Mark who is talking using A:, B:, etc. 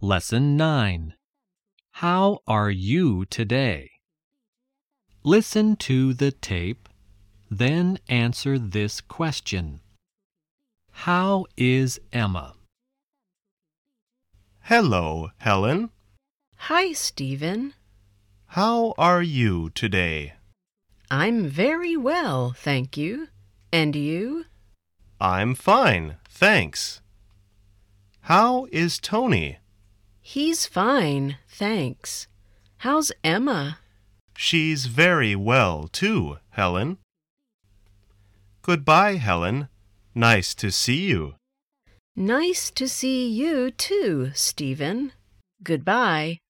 A: Lesson 9 How are you today? Listen to the tape, then answer this question How is Emma?
B: Hello, Helen.
C: Hi, Stephen.
B: How are you today?
C: I'm very well, thank you. And you?
B: I'm fine, thanks. How is Tony?
C: He's fine, thanks. How's Emma?
B: She's very well, too, Helen. Goodbye, Helen. Nice to see you.
C: Nice to see you too, Stephen. Goodbye.